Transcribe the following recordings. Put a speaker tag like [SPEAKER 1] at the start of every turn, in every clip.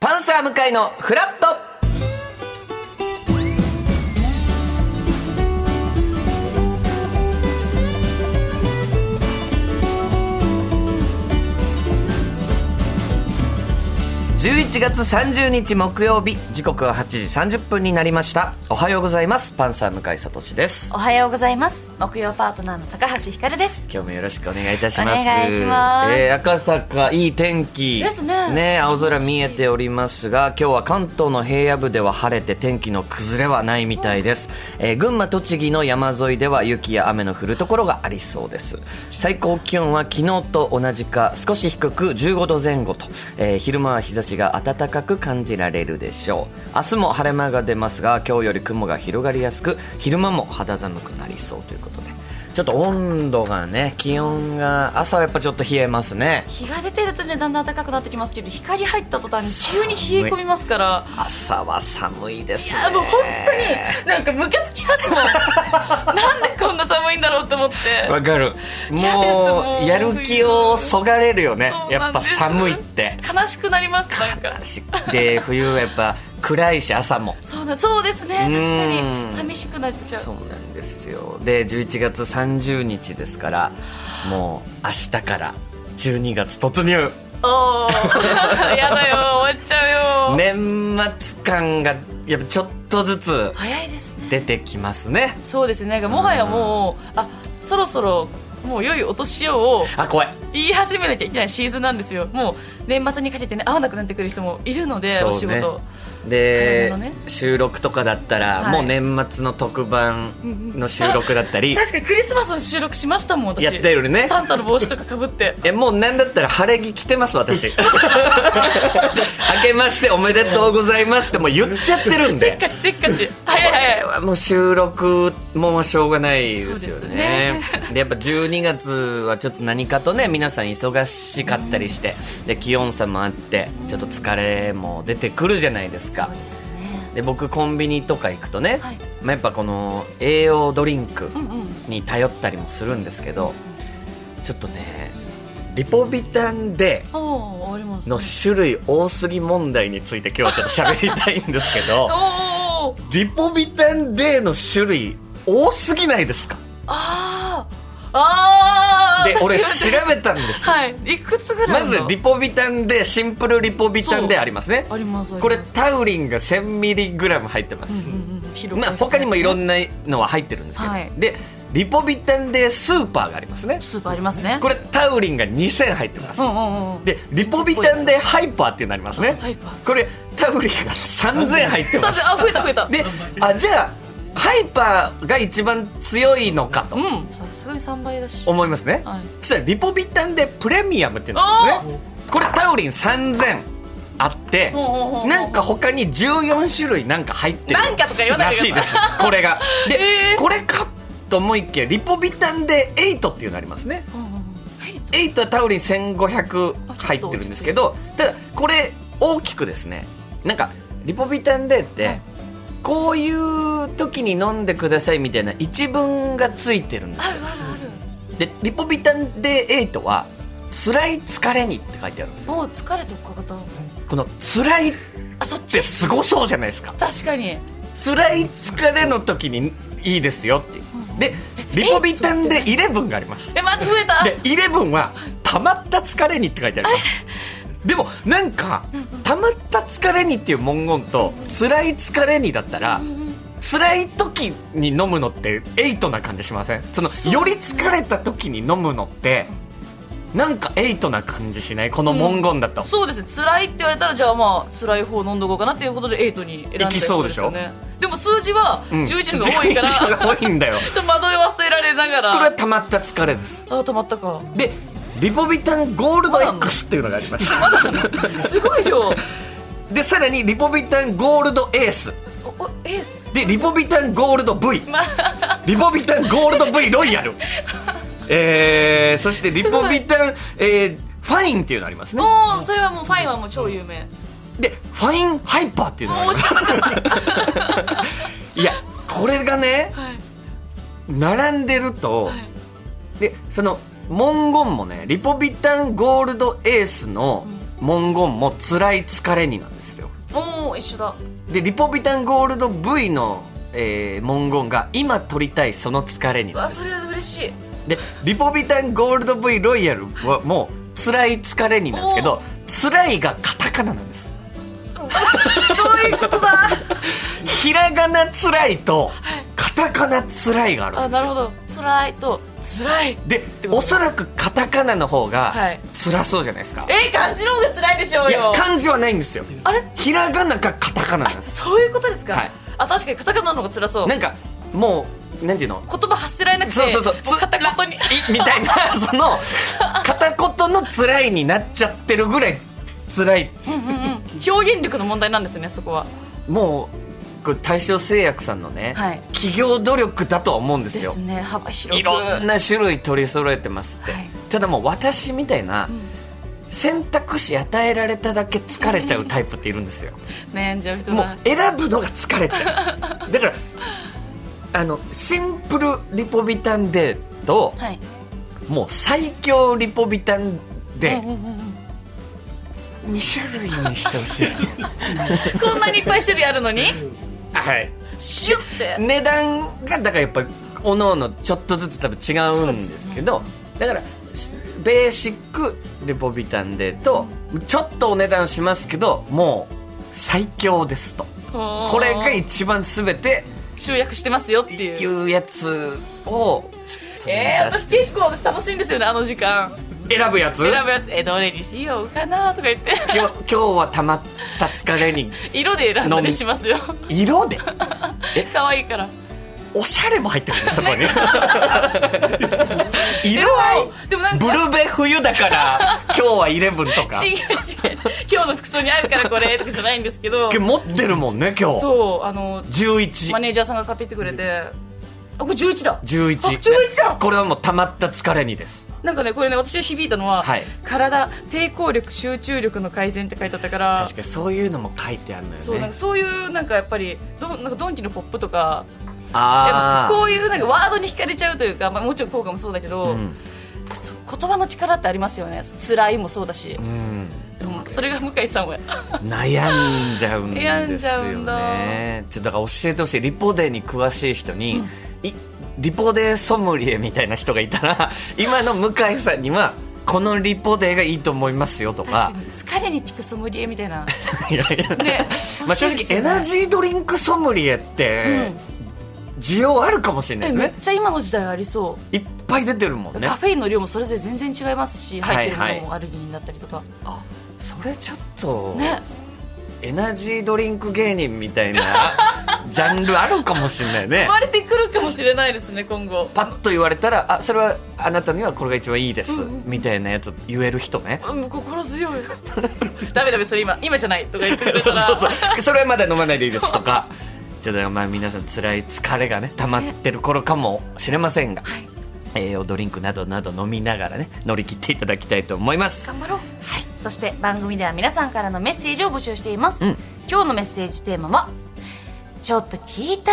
[SPEAKER 1] 川向井のフラット11月30日木曜日時刻は8時30分になりましたおはようございますパンサー向井聡です
[SPEAKER 2] おはようございます木曜パートナーの高橋ひかるです
[SPEAKER 1] 今日もよろしくお願いいたします
[SPEAKER 2] お願いします
[SPEAKER 1] えー赤坂いい天気
[SPEAKER 2] ですね
[SPEAKER 1] 青空見えておりますが今日は関東の平野部では晴れて天気の崩れはないみたいです、えー群馬栃木の山沿いでは雪や雨の降るところがありそうです最高気温は昨日と同じか少し低く15度前後と、えー昼間は日差しが暖かく感じられるでしょう明日も晴れ間が出ますが今日より雲が広がりやすく昼間も肌寒くなりそうということでちょっと温度がね気温が朝はやっぱちょっと冷えますね
[SPEAKER 2] 日が出てるとねだんだん暖かくなってきますけど光入った途端に急に冷え込みますから
[SPEAKER 1] 朝は寒いですね
[SPEAKER 2] あもう本当になんかムカつき ますもんなんでこんな寒いんだろうと思って
[SPEAKER 1] わかる
[SPEAKER 2] 嫌です
[SPEAKER 1] も
[SPEAKER 2] も
[SPEAKER 1] う
[SPEAKER 2] う
[SPEAKER 1] やる気をそがれるよね
[SPEAKER 2] そう
[SPEAKER 1] や
[SPEAKER 2] な
[SPEAKER 1] っ
[SPEAKER 2] ん
[SPEAKER 1] ぱ
[SPEAKER 2] です
[SPEAKER 1] 寒いって
[SPEAKER 2] 悲しくなりますなんか
[SPEAKER 1] しで冬はやっぱ暗いし朝も
[SPEAKER 2] そうなそうですね確か
[SPEAKER 1] うん
[SPEAKER 2] に寂しくなっちゃう
[SPEAKER 1] そうなんですよで11月30日ですからもう明日から12月突入
[SPEAKER 2] おー やだよ終わっちゃうよ、
[SPEAKER 1] 年末感がやっぱちょっとずつ
[SPEAKER 2] 早いですね
[SPEAKER 1] 出てきますね
[SPEAKER 2] そうですねなんかもはやもうあそろそろもう良いお年をを
[SPEAKER 1] あ怖い
[SPEAKER 2] 言い始めなきゃいけないシーズンなんですよもう年末にかけてね会わなくなってくる人もいるので、
[SPEAKER 1] そうね
[SPEAKER 2] お仕事
[SPEAKER 1] で、
[SPEAKER 2] 早めのね
[SPEAKER 1] 収録とかだったら、
[SPEAKER 2] はい
[SPEAKER 1] もう年末の特番の収録だったり
[SPEAKER 2] 確かにクリスマスの収録しましたもん 私
[SPEAKER 1] やったよね
[SPEAKER 2] サンタの帽子とかかぶって
[SPEAKER 1] えもうなんだったら晴れ着着てます 私明けましておめでとうございますってもう言っちゃってるん
[SPEAKER 2] せ っ
[SPEAKER 1] で
[SPEAKER 2] かちせっ かち早い早い
[SPEAKER 1] これはもう収録もしょうがないですよ
[SPEAKER 2] そうです
[SPEAKER 1] ね
[SPEAKER 2] ね
[SPEAKER 1] でやっぱ12月はちょっと何かとね皆さん忙しかったりしてで気温差もあってちょっと疲れも出てくるじゃないですか
[SPEAKER 2] そうですね
[SPEAKER 1] で僕コンビニとか行くとね、
[SPEAKER 2] はい
[SPEAKER 1] まあ、やっぱこの栄養ドリンク
[SPEAKER 2] うんうん
[SPEAKER 1] に頼ったりもするんですけどちょっとねリポビタンで
[SPEAKER 2] おお終わります
[SPEAKER 1] の種類多すぎ問題について今日はちょっと喋りたいんですけど
[SPEAKER 2] おー
[SPEAKER 1] リポビタン D の種類多すぎないですか
[SPEAKER 2] あーあー
[SPEAKER 1] で俺調
[SPEAKER 2] 私
[SPEAKER 1] べたんですよ
[SPEAKER 2] はいいくつぐらい
[SPEAKER 1] ま
[SPEAKER 2] の
[SPEAKER 1] ずリポビタン D シンプルリポビタン D
[SPEAKER 2] そう
[SPEAKER 1] ありますね
[SPEAKER 2] ありますあります
[SPEAKER 1] これタウリンが 1000mg 入ってます、
[SPEAKER 2] うんうんうん広
[SPEAKER 1] まあ、他にもいろ
[SPEAKER 2] なん
[SPEAKER 1] なのは入ってるんですけど、
[SPEAKER 2] はい
[SPEAKER 1] でリポビタン D スーパーがありますね
[SPEAKER 2] スーパーありますね
[SPEAKER 1] これタウリンが2000入ってます、
[SPEAKER 2] うんうんうん
[SPEAKER 1] でリポビタン D ハイパーっていうのありますね
[SPEAKER 2] ハイパー
[SPEAKER 1] これタウリンが3000入って
[SPEAKER 2] さ
[SPEAKER 1] ます
[SPEAKER 2] てあ増えた増えた
[SPEAKER 1] であじゃあハイパーが一番強いのかと
[SPEAKER 2] うんさすがに3倍だし
[SPEAKER 1] 思いますね、
[SPEAKER 2] はい
[SPEAKER 1] そしたらリポビタンでプレミアムっていうのがあるんですねこれタウリン3000あって
[SPEAKER 2] ほうほうほうほう
[SPEAKER 1] なんか他に14種類なんか入ってる
[SPEAKER 2] なんかとか言わない
[SPEAKER 1] ら
[SPEAKER 2] でくださ
[SPEAKER 1] し
[SPEAKER 2] い
[SPEAKER 1] いですこれがで、
[SPEAKER 2] えー
[SPEAKER 1] これかと思いきやリポビタンで8っていうのありますね
[SPEAKER 2] うんうんうんはい
[SPEAKER 1] 8はタウリン1500入ってるんですけどただこれ大きくですねなんかリポビタン D って、
[SPEAKER 2] はい
[SPEAKER 1] こういう時に飲んでくださいみたいな一文がついてるんです
[SPEAKER 2] あ
[SPEAKER 1] よ
[SPEAKER 2] るあるある
[SPEAKER 1] でリポビタン D8 は辛い疲れにって書いてあるんですよ
[SPEAKER 2] もう疲れてる方
[SPEAKER 1] この辛いっ
[SPEAKER 2] あそっち
[SPEAKER 1] てすごそうじゃないですか
[SPEAKER 2] 確かに
[SPEAKER 1] 辛い疲れの時にいいですよっていうでリポビタン D11 があります
[SPEAKER 2] え待って増えた
[SPEAKER 1] で、イレブンは、たまった疲れにって書いてあります。でも、なんか、たまった疲れにっていう文言と、辛い疲れにだったら、辛い時に飲むのって、エイトな感じしませんその、
[SPEAKER 2] そう
[SPEAKER 1] より
[SPEAKER 2] ですね
[SPEAKER 1] 疲れた時に飲むのって、なんかエイトな感じしないこの文言だと。
[SPEAKER 2] そうですね辛いって言われたらじゃあまあ辛い方飲んどこうかなっていうことで8に選んだり
[SPEAKER 1] いきそうでしょ
[SPEAKER 2] するんすよねでも数字は
[SPEAKER 1] うん
[SPEAKER 2] 11のが多い か
[SPEAKER 1] 11
[SPEAKER 2] ら、
[SPEAKER 1] が多いんだよ。
[SPEAKER 2] ちょっと惑わせられながら
[SPEAKER 1] これは
[SPEAKER 2] あ
[SPEAKER 1] たまった疲れです。
[SPEAKER 2] 止まったか
[SPEAKER 1] で、リポビタンゴールド X っていうのがあります。
[SPEAKER 2] すごいよ
[SPEAKER 1] で、さらに、リポビタンゴールドエース。
[SPEAKER 2] おおエース
[SPEAKER 1] で、リポビタンゴールド V。
[SPEAKER 2] まあ
[SPEAKER 1] リポビタンゴールド V ロイヤ ル。えー、そしてリポビタン、えー、ファインっていうのありますね。
[SPEAKER 2] もうそれはもうファインはもう超有名
[SPEAKER 1] で、ファインハイパーっていうのがあ
[SPEAKER 2] も
[SPEAKER 1] り
[SPEAKER 2] うお
[SPEAKER 1] ま
[SPEAKER 2] っ
[SPEAKER 1] す。
[SPEAKER 2] しゃなかっ
[SPEAKER 1] いや、これがね、
[SPEAKER 2] たはい
[SPEAKER 1] 並んでると、
[SPEAKER 2] はい
[SPEAKER 1] で、その文言もね、リポビタンゴールドエースの文言も辛い疲れになんですよ。
[SPEAKER 2] うおお一緒だ
[SPEAKER 1] でリポビタンゴールド V の、えー文言が「今取りたいその疲れに
[SPEAKER 2] う」わそれは嬉しい
[SPEAKER 1] でリポビタンゴールド V ロイヤルはもう「辛い疲れに」なんですけど「辛い」がカタカナなんです
[SPEAKER 2] どういうことだ
[SPEAKER 1] ひらがな辛いとカタカナ辛いがあるん
[SPEAKER 2] あ
[SPEAKER 1] ですよ
[SPEAKER 2] なるほど辛いと辛い
[SPEAKER 1] で
[SPEAKER 2] こと
[SPEAKER 1] おそらくカタカナの方
[SPEAKER 2] は
[SPEAKER 1] が
[SPEAKER 2] い
[SPEAKER 1] 辛そうじゃないですか、
[SPEAKER 2] え漢字の方が辛いでしょ
[SPEAKER 1] いうや
[SPEAKER 2] よ
[SPEAKER 1] 漢字はないんですよ
[SPEAKER 2] あれ
[SPEAKER 1] ひらがなかカタカナなんです
[SPEAKER 2] そういうことですか、
[SPEAKER 1] はい
[SPEAKER 2] あ確かにカタカナの方が辛そう
[SPEAKER 1] な
[SPEAKER 2] 言
[SPEAKER 1] んかもうなんていうの
[SPEAKER 2] 葉発せられなくて
[SPEAKER 1] そうそうそう
[SPEAKER 2] もう片言に
[SPEAKER 1] いみたい なその片言の辛いになっちゃってるぐらい辛い
[SPEAKER 2] 表現力の問題なんですねそこは
[SPEAKER 1] もうこれ大正製薬さんのね、
[SPEAKER 2] はい
[SPEAKER 1] 企業努力だとは思うんで
[SPEAKER 2] です
[SPEAKER 1] よ
[SPEAKER 2] すね幅広く
[SPEAKER 1] いろんな種類取り揃えてますって、
[SPEAKER 2] はい
[SPEAKER 1] ただもう私みたいな、選択肢与えられただけ疲れちゃうタイプっているんですよ
[SPEAKER 2] 悩んじゃう人
[SPEAKER 1] もう
[SPEAKER 2] だ
[SPEAKER 1] 選ぶのが疲れちゃ うだからあのシンプルリポビタンデーと、
[SPEAKER 2] はい
[SPEAKER 1] もう最強リポビタンデ
[SPEAKER 2] うん
[SPEAKER 1] ー、
[SPEAKER 2] うんうんうん
[SPEAKER 1] 2種類にしてほしい
[SPEAKER 2] こんなにいっぱい種類あるのに
[SPEAKER 1] はい
[SPEAKER 2] シュッて
[SPEAKER 1] 値段がだからやっぱおのおのちょっとずつ多分違うんですけどだからしベーシックリポビタンデーとちょっとお値段しますけどもう最強ですとこ
[SPEAKER 2] こ
[SPEAKER 1] れが一番全て
[SPEAKER 2] 集約してますよっていう
[SPEAKER 1] いうやつをちょっと
[SPEAKER 2] え
[SPEAKER 1] ね
[SPEAKER 2] ー、
[SPEAKER 1] 出し
[SPEAKER 2] 私
[SPEAKER 1] て
[SPEAKER 2] 結構私楽しいんですよねあの時間
[SPEAKER 1] 選ぶやつ
[SPEAKER 2] 選ぶやつえどれにしようかなとか言って
[SPEAKER 1] 今日今日はたまった疲れに
[SPEAKER 2] 色で選んだりしますよ
[SPEAKER 1] 色で
[SPEAKER 2] 可愛いから
[SPEAKER 1] おしゃれも入ってるねそ こに色合い
[SPEAKER 2] でもなん
[SPEAKER 1] ブ
[SPEAKER 2] か
[SPEAKER 1] ルベ冬だ から今日はイレブンとか
[SPEAKER 2] 違う違う今日の服装に合うからこれとかじゃないんですけど
[SPEAKER 1] 持ってるもんね今日
[SPEAKER 2] そうあのマ
[SPEAKER 1] 1111
[SPEAKER 2] ネージャーさんが買っていってくれてあこれ11だあ11だ
[SPEAKER 1] これはもうたまった疲れにです
[SPEAKER 2] なんかねこれね私が響いたのは、
[SPEAKER 1] はい
[SPEAKER 2] 体抵抗力集中力の改善って書いてあったから
[SPEAKER 1] 確かにそういうのも書いてあるのよ
[SPEAKER 2] そうなん
[SPEAKER 1] ね
[SPEAKER 2] かそういうなんかやっぱりどなんかドンキのポップとかやっぱ
[SPEAKER 1] あ
[SPEAKER 2] こういうなんかワードに惹かれちゃうというか、まあ、もちろん効果もそうだけ
[SPEAKER 1] あ
[SPEAKER 2] ど、
[SPEAKER 1] うん
[SPEAKER 2] そう言葉の力ってありますよね辛いもそうだし、うんそれが向井さんは
[SPEAKER 1] 悩んじゃうんですよね
[SPEAKER 2] 悩んじゃうんだ
[SPEAKER 1] ちょっとだから教えてほしいリポデーに詳しい人に、いリポデーソムリエみたいな人がいた ら今の向井さんにはこのリポデーがいいと思いますよとか
[SPEAKER 2] 疲れに効くソムリエみたいな
[SPEAKER 1] いやいや
[SPEAKER 2] ね
[SPEAKER 1] まあ、正直エナ
[SPEAKER 2] ー
[SPEAKER 1] ジードリンクソムリエって需要あるかもしれないです
[SPEAKER 2] めっ
[SPEAKER 1] ね、
[SPEAKER 2] ちゃ今の時代ありそ
[SPEAKER 1] いっぱい出てるも
[SPEAKER 2] う、
[SPEAKER 1] んね
[SPEAKER 2] カフェインの量もそれぞれ全然違いますし
[SPEAKER 1] はい
[SPEAKER 2] 入ってるもの
[SPEAKER 1] は
[SPEAKER 2] もアルギンだったりとか、
[SPEAKER 1] あそれちょっと、
[SPEAKER 2] ね
[SPEAKER 1] エナジードリンク芸人みたいな ジャンルあるかもしれないね
[SPEAKER 2] 生まれてくるかもしれないですね今後
[SPEAKER 1] パッと言われたらあそれはあなたにはこれが一番いいです、
[SPEAKER 2] うん
[SPEAKER 1] みたいなやつ言える人ね
[SPEAKER 2] うん心強いダメダメそれ今今じゃないとか言ってく
[SPEAKER 1] そうそ
[SPEAKER 2] れた
[SPEAKER 1] う
[SPEAKER 2] ら
[SPEAKER 1] そうそれはまだ飲まないでいいですとかちょっとまあ皆さん辛い疲れがね溜まってる頃かもしれませんが、栄養ドリンクなどなど飲みながらね乗り切っていただきたいと思います
[SPEAKER 2] 頑張ろうはいそして番組では皆さんからのメッセージを募集しています、
[SPEAKER 1] うん
[SPEAKER 2] 今日のメッセージテーマは「ちょっと聞いた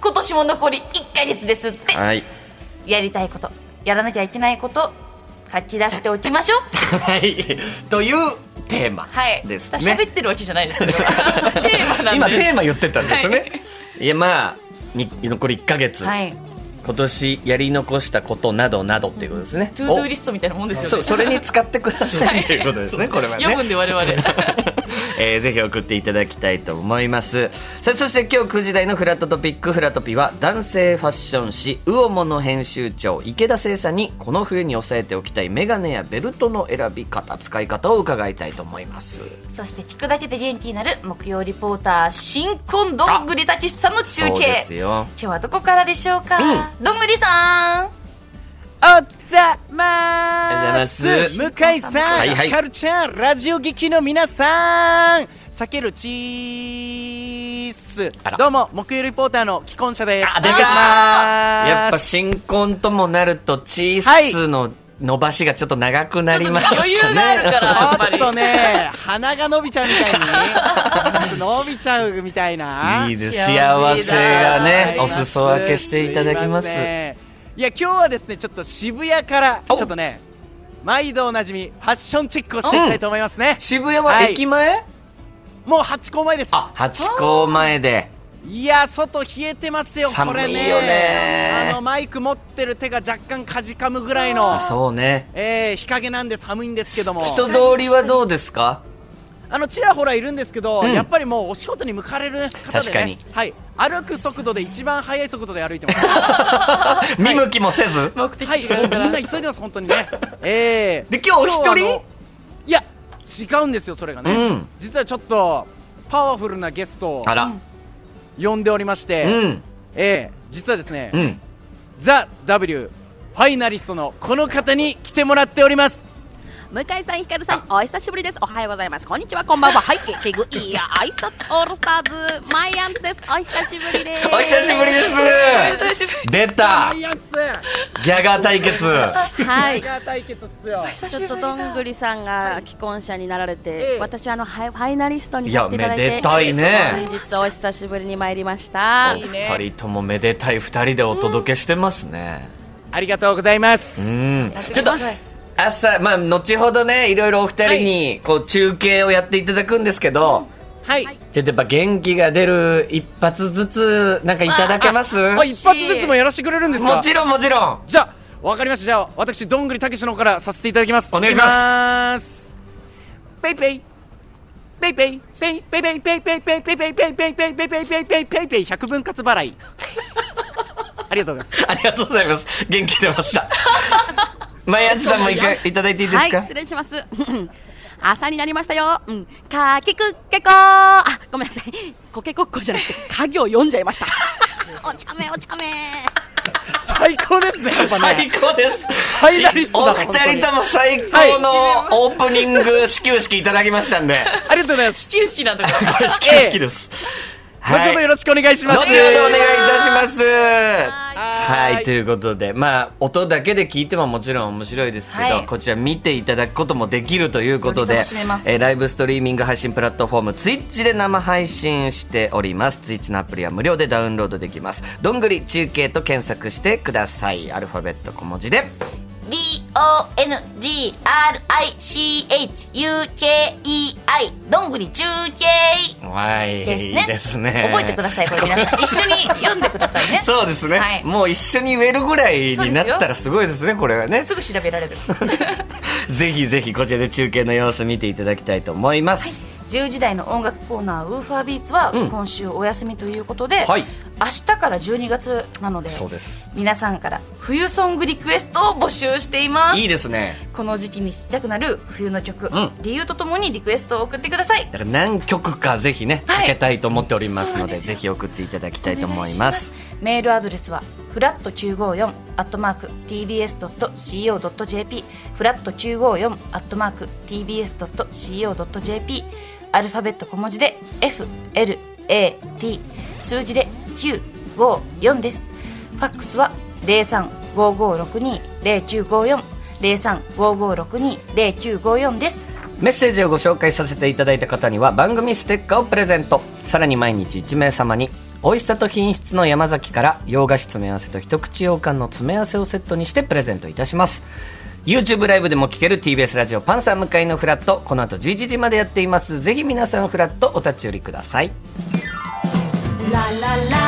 [SPEAKER 2] 今年も残り1ヶ月ですって
[SPEAKER 1] はい
[SPEAKER 2] やりたいことやらなきゃいけないこと書き出しておきましょう
[SPEAKER 1] はいというテーマ
[SPEAKER 2] はい
[SPEAKER 1] です
[SPEAKER 2] だから
[SPEAKER 1] ね、
[SPEAKER 2] 喋ってるわけじゃない ですけどテーマなんで
[SPEAKER 1] 今テーマ言ってたんですね、、
[SPEAKER 2] はい
[SPEAKER 1] やまあに残り1ヶ月、
[SPEAKER 2] はい
[SPEAKER 1] 今年やり残したことなどなどっていうことですね、
[SPEAKER 2] トゥードゥ
[SPEAKER 1] お
[SPEAKER 2] ーリストみたいなもんですよね
[SPEAKER 1] そうそれに使ってくださいっていうことですね、
[SPEAKER 2] はい
[SPEAKER 1] これはね
[SPEAKER 2] 読むんで我々
[SPEAKER 1] えーぜひ送っていただきたいと思いますさあそして今日9時台のフラットトピックフラトピは男性ファッション誌「ウオモ」の編集長池田誠さんにこの冬に押さえておきたいメガネやベルトの選び方使い方を伺いたいと思います
[SPEAKER 2] そして聞くだけで元気になる木曜リポーター新婚どんぐりたけしさんの中継
[SPEAKER 1] そうですよ
[SPEAKER 2] 今日はどこからでしょうか、どんぐりさん
[SPEAKER 3] おざま
[SPEAKER 1] おざま
[SPEAKER 3] ー
[SPEAKER 1] す
[SPEAKER 3] す向井さん、
[SPEAKER 1] はいはい
[SPEAKER 3] カルチャーラジオ劇の皆さん避けるチーズ
[SPEAKER 1] あら
[SPEAKER 3] どうも木曜リポーターの既婚者です
[SPEAKER 1] あ出てきたやっぱ
[SPEAKER 3] し
[SPEAKER 1] 新婚ともなるとチーズの伸ばしがちょっと長くなりましたね、
[SPEAKER 2] ちょっと余裕がある から
[SPEAKER 3] ちょっとね鼻が伸びちゃうみた いに伸びちゃうみたいない
[SPEAKER 1] いです
[SPEAKER 2] 幸せ
[SPEAKER 1] 幸せがね
[SPEAKER 2] だ
[SPEAKER 1] お裾分けしていただきます
[SPEAKER 3] すいせんいや今日はですねちょっと渋谷からち
[SPEAKER 1] お
[SPEAKER 3] ょっとね毎度おなじみファッションチェックをしていきたいと思いますね、
[SPEAKER 1] 渋谷は駅前、
[SPEAKER 3] もう8個前です
[SPEAKER 1] あ8校前で
[SPEAKER 3] いや外冷えてますよこ
[SPEAKER 1] 寒
[SPEAKER 3] れ
[SPEAKER 1] いよね
[SPEAKER 3] あのマイク持ってる手が若干かじかむぐらいの
[SPEAKER 1] あそうね
[SPEAKER 3] えー、日陰なんで寒いんですけども
[SPEAKER 1] 人通りはどうですか
[SPEAKER 3] あのちらほらいるんですけど、
[SPEAKER 1] ん
[SPEAKER 3] やっぱりもうお仕事に向かれる方
[SPEAKER 1] 確か
[SPEAKER 3] でね
[SPEAKER 1] に
[SPEAKER 3] はい歩く速度で一番速い速度で歩いてます
[SPEAKER 1] 見向きもせず、
[SPEAKER 2] 目的
[SPEAKER 3] はい
[SPEAKER 2] 地があ
[SPEAKER 3] もう
[SPEAKER 2] るか
[SPEAKER 3] みん
[SPEAKER 2] ら
[SPEAKER 3] な急いでます本当 にねえー、
[SPEAKER 1] で今日お一人
[SPEAKER 3] はあのいや違うんですよそれがね、
[SPEAKER 1] うん
[SPEAKER 3] 実はちょっとパワフルなゲストを
[SPEAKER 1] あら
[SPEAKER 3] 呼んでおりまして、
[SPEAKER 1] うん
[SPEAKER 3] えー、実はですね、
[SPEAKER 1] うん
[SPEAKER 3] ザ・ W ファイナリストのこの方に来てもらっております
[SPEAKER 4] 向井さん、ひかるさん、お久しぶりです。おはようございます。こんにちは、こんばんは。はい、ケケグイヤ挨拶オールスターズ、マイアンツです。お久しぶりです。
[SPEAKER 1] お久しぶりです
[SPEAKER 2] 久しぶり
[SPEAKER 1] 出た
[SPEAKER 3] いやつ
[SPEAKER 1] ギャガー対決
[SPEAKER 4] はい。
[SPEAKER 3] ガー対決っすよ
[SPEAKER 2] 久
[SPEAKER 4] ち
[SPEAKER 2] し
[SPEAKER 4] ょっ
[SPEAKER 2] ぶ
[SPEAKER 4] と
[SPEAKER 2] り
[SPEAKER 4] どん
[SPEAKER 2] だ
[SPEAKER 4] ぐりさんが既婚者になられて、
[SPEAKER 3] ええ
[SPEAKER 4] 私はあのはいファイナリストにさせていただい
[SPEAKER 1] い
[SPEAKER 4] て
[SPEAKER 1] やめでたいね
[SPEAKER 4] 先日お久しぶりに参りました
[SPEAKER 1] お二人ともめでたい二人でお届けしてますね
[SPEAKER 3] ありがとうございます、
[SPEAKER 1] うん
[SPEAKER 2] って
[SPEAKER 1] ちょっと
[SPEAKER 2] ください
[SPEAKER 1] 朝まあ後ほどねいろいろお二人にこう中継をやっていただくんですけど
[SPEAKER 3] はい、
[SPEAKER 1] ちょっとやっぱ元気が出る一発ずつなんかいただけます
[SPEAKER 3] あ一発ずつもやらせてくれるんですか
[SPEAKER 1] もちろんもちろん
[SPEAKER 3] じゃあわかりましたじゃあ私どんぐりたけしの方からさせていただきます
[SPEAKER 1] お願いします
[SPEAKER 3] いきますペイペイペイペイペイペイペイペイペイペイペイペイペイペイペイペイペイペイペイペイペイ百分割 払いありがとうございます
[SPEAKER 1] ありがとうございます元気出ましたマイアンツさんもいかいただいていいです
[SPEAKER 4] はい、
[SPEAKER 1] か、
[SPEAKER 4] 失礼します。 朝になりましたよ。うん。かきくっけこーあ、ごめんなさい。こけこっこじゃなくて、家業読んじゃいま した。お茶目お茶目
[SPEAKER 3] 最高ですねやっぱ
[SPEAKER 1] 最
[SPEAKER 3] ね
[SPEAKER 1] 高です
[SPEAKER 3] ファイナリスト
[SPEAKER 1] お
[SPEAKER 3] だ
[SPEAKER 1] 二
[SPEAKER 3] 本当に
[SPEAKER 1] 人とも最高のオープニング始球式いただきましたんで
[SPEAKER 3] ありがとうございます
[SPEAKER 2] 始球式なんだから
[SPEAKER 1] これ始球式です、はい
[SPEAKER 3] 後ほどよろしくお願いします
[SPEAKER 1] 後ほどお願いいたしますはい
[SPEAKER 3] い
[SPEAKER 1] ということでまあ音だけで聞いてももちろん面白いですけど、
[SPEAKER 2] はい
[SPEAKER 1] こちら見ていただくこともできるということで
[SPEAKER 2] より楽しめます
[SPEAKER 1] えーライブストリーミング配信プラットフォーム Twitch で生配信しております Twitch のアプリは無料でダウンロードできますどんぐり中継と検索してくださいアルファベット小文字で
[SPEAKER 2] DONGRICHUKEI どんぐり中継
[SPEAKER 1] はい
[SPEAKER 2] です
[SPEAKER 1] い
[SPEAKER 2] ね
[SPEAKER 1] いですね
[SPEAKER 2] 覚えてくださいこれ皆さん一緒に読んでくださいね
[SPEAKER 1] そうですね、
[SPEAKER 2] はい
[SPEAKER 1] もう一緒に植えるぐらいになったらすごいですねこれはね
[SPEAKER 2] すぐ調べられる
[SPEAKER 1] ぜひぜひこちらで中継の様子見ていただきたいと思います、
[SPEAKER 2] 10時台の音楽コーナーウーファービーツは今週お休みということで、
[SPEAKER 1] はい
[SPEAKER 2] 明日から12月なので
[SPEAKER 1] そうです
[SPEAKER 2] 皆さんから冬ソングリクエストを募集しています
[SPEAKER 1] い、いですね
[SPEAKER 2] この時期に聴きたくなる冬の曲、
[SPEAKER 1] ん
[SPEAKER 2] 理由とともにリクエストを送ってください
[SPEAKER 1] だから何曲かぜひね、
[SPEAKER 2] はい
[SPEAKER 1] かけたいと思っておりますので
[SPEAKER 2] そうなんです
[SPEAKER 1] ぜ
[SPEAKER 2] よ
[SPEAKER 1] ひ送っていただきた
[SPEAKER 2] お
[SPEAKER 1] い
[SPEAKER 2] 願
[SPEAKER 1] と思います
[SPEAKER 2] しメールアドレスはフラット954アットマーク tbs.co.jp フラット954アットマーク tbs.co.jp アルファベット小文字で flat 数字で954ですファックスは0355620954 0355620954です
[SPEAKER 1] メッセージをご紹介させていただいた方には番組ステッカーをプレゼントさらに毎日1名様に美味しさと品質の山崎から洋菓子詰め合わせと一口羊羹の詰め合わせをセットにしてプレゼントいたします YouTube ライブでも聴ける TBS ラジオパンサー向かいのフラットこの後11時までやっていますぜひ皆さんフラットお立ち寄りください
[SPEAKER 5] ラララ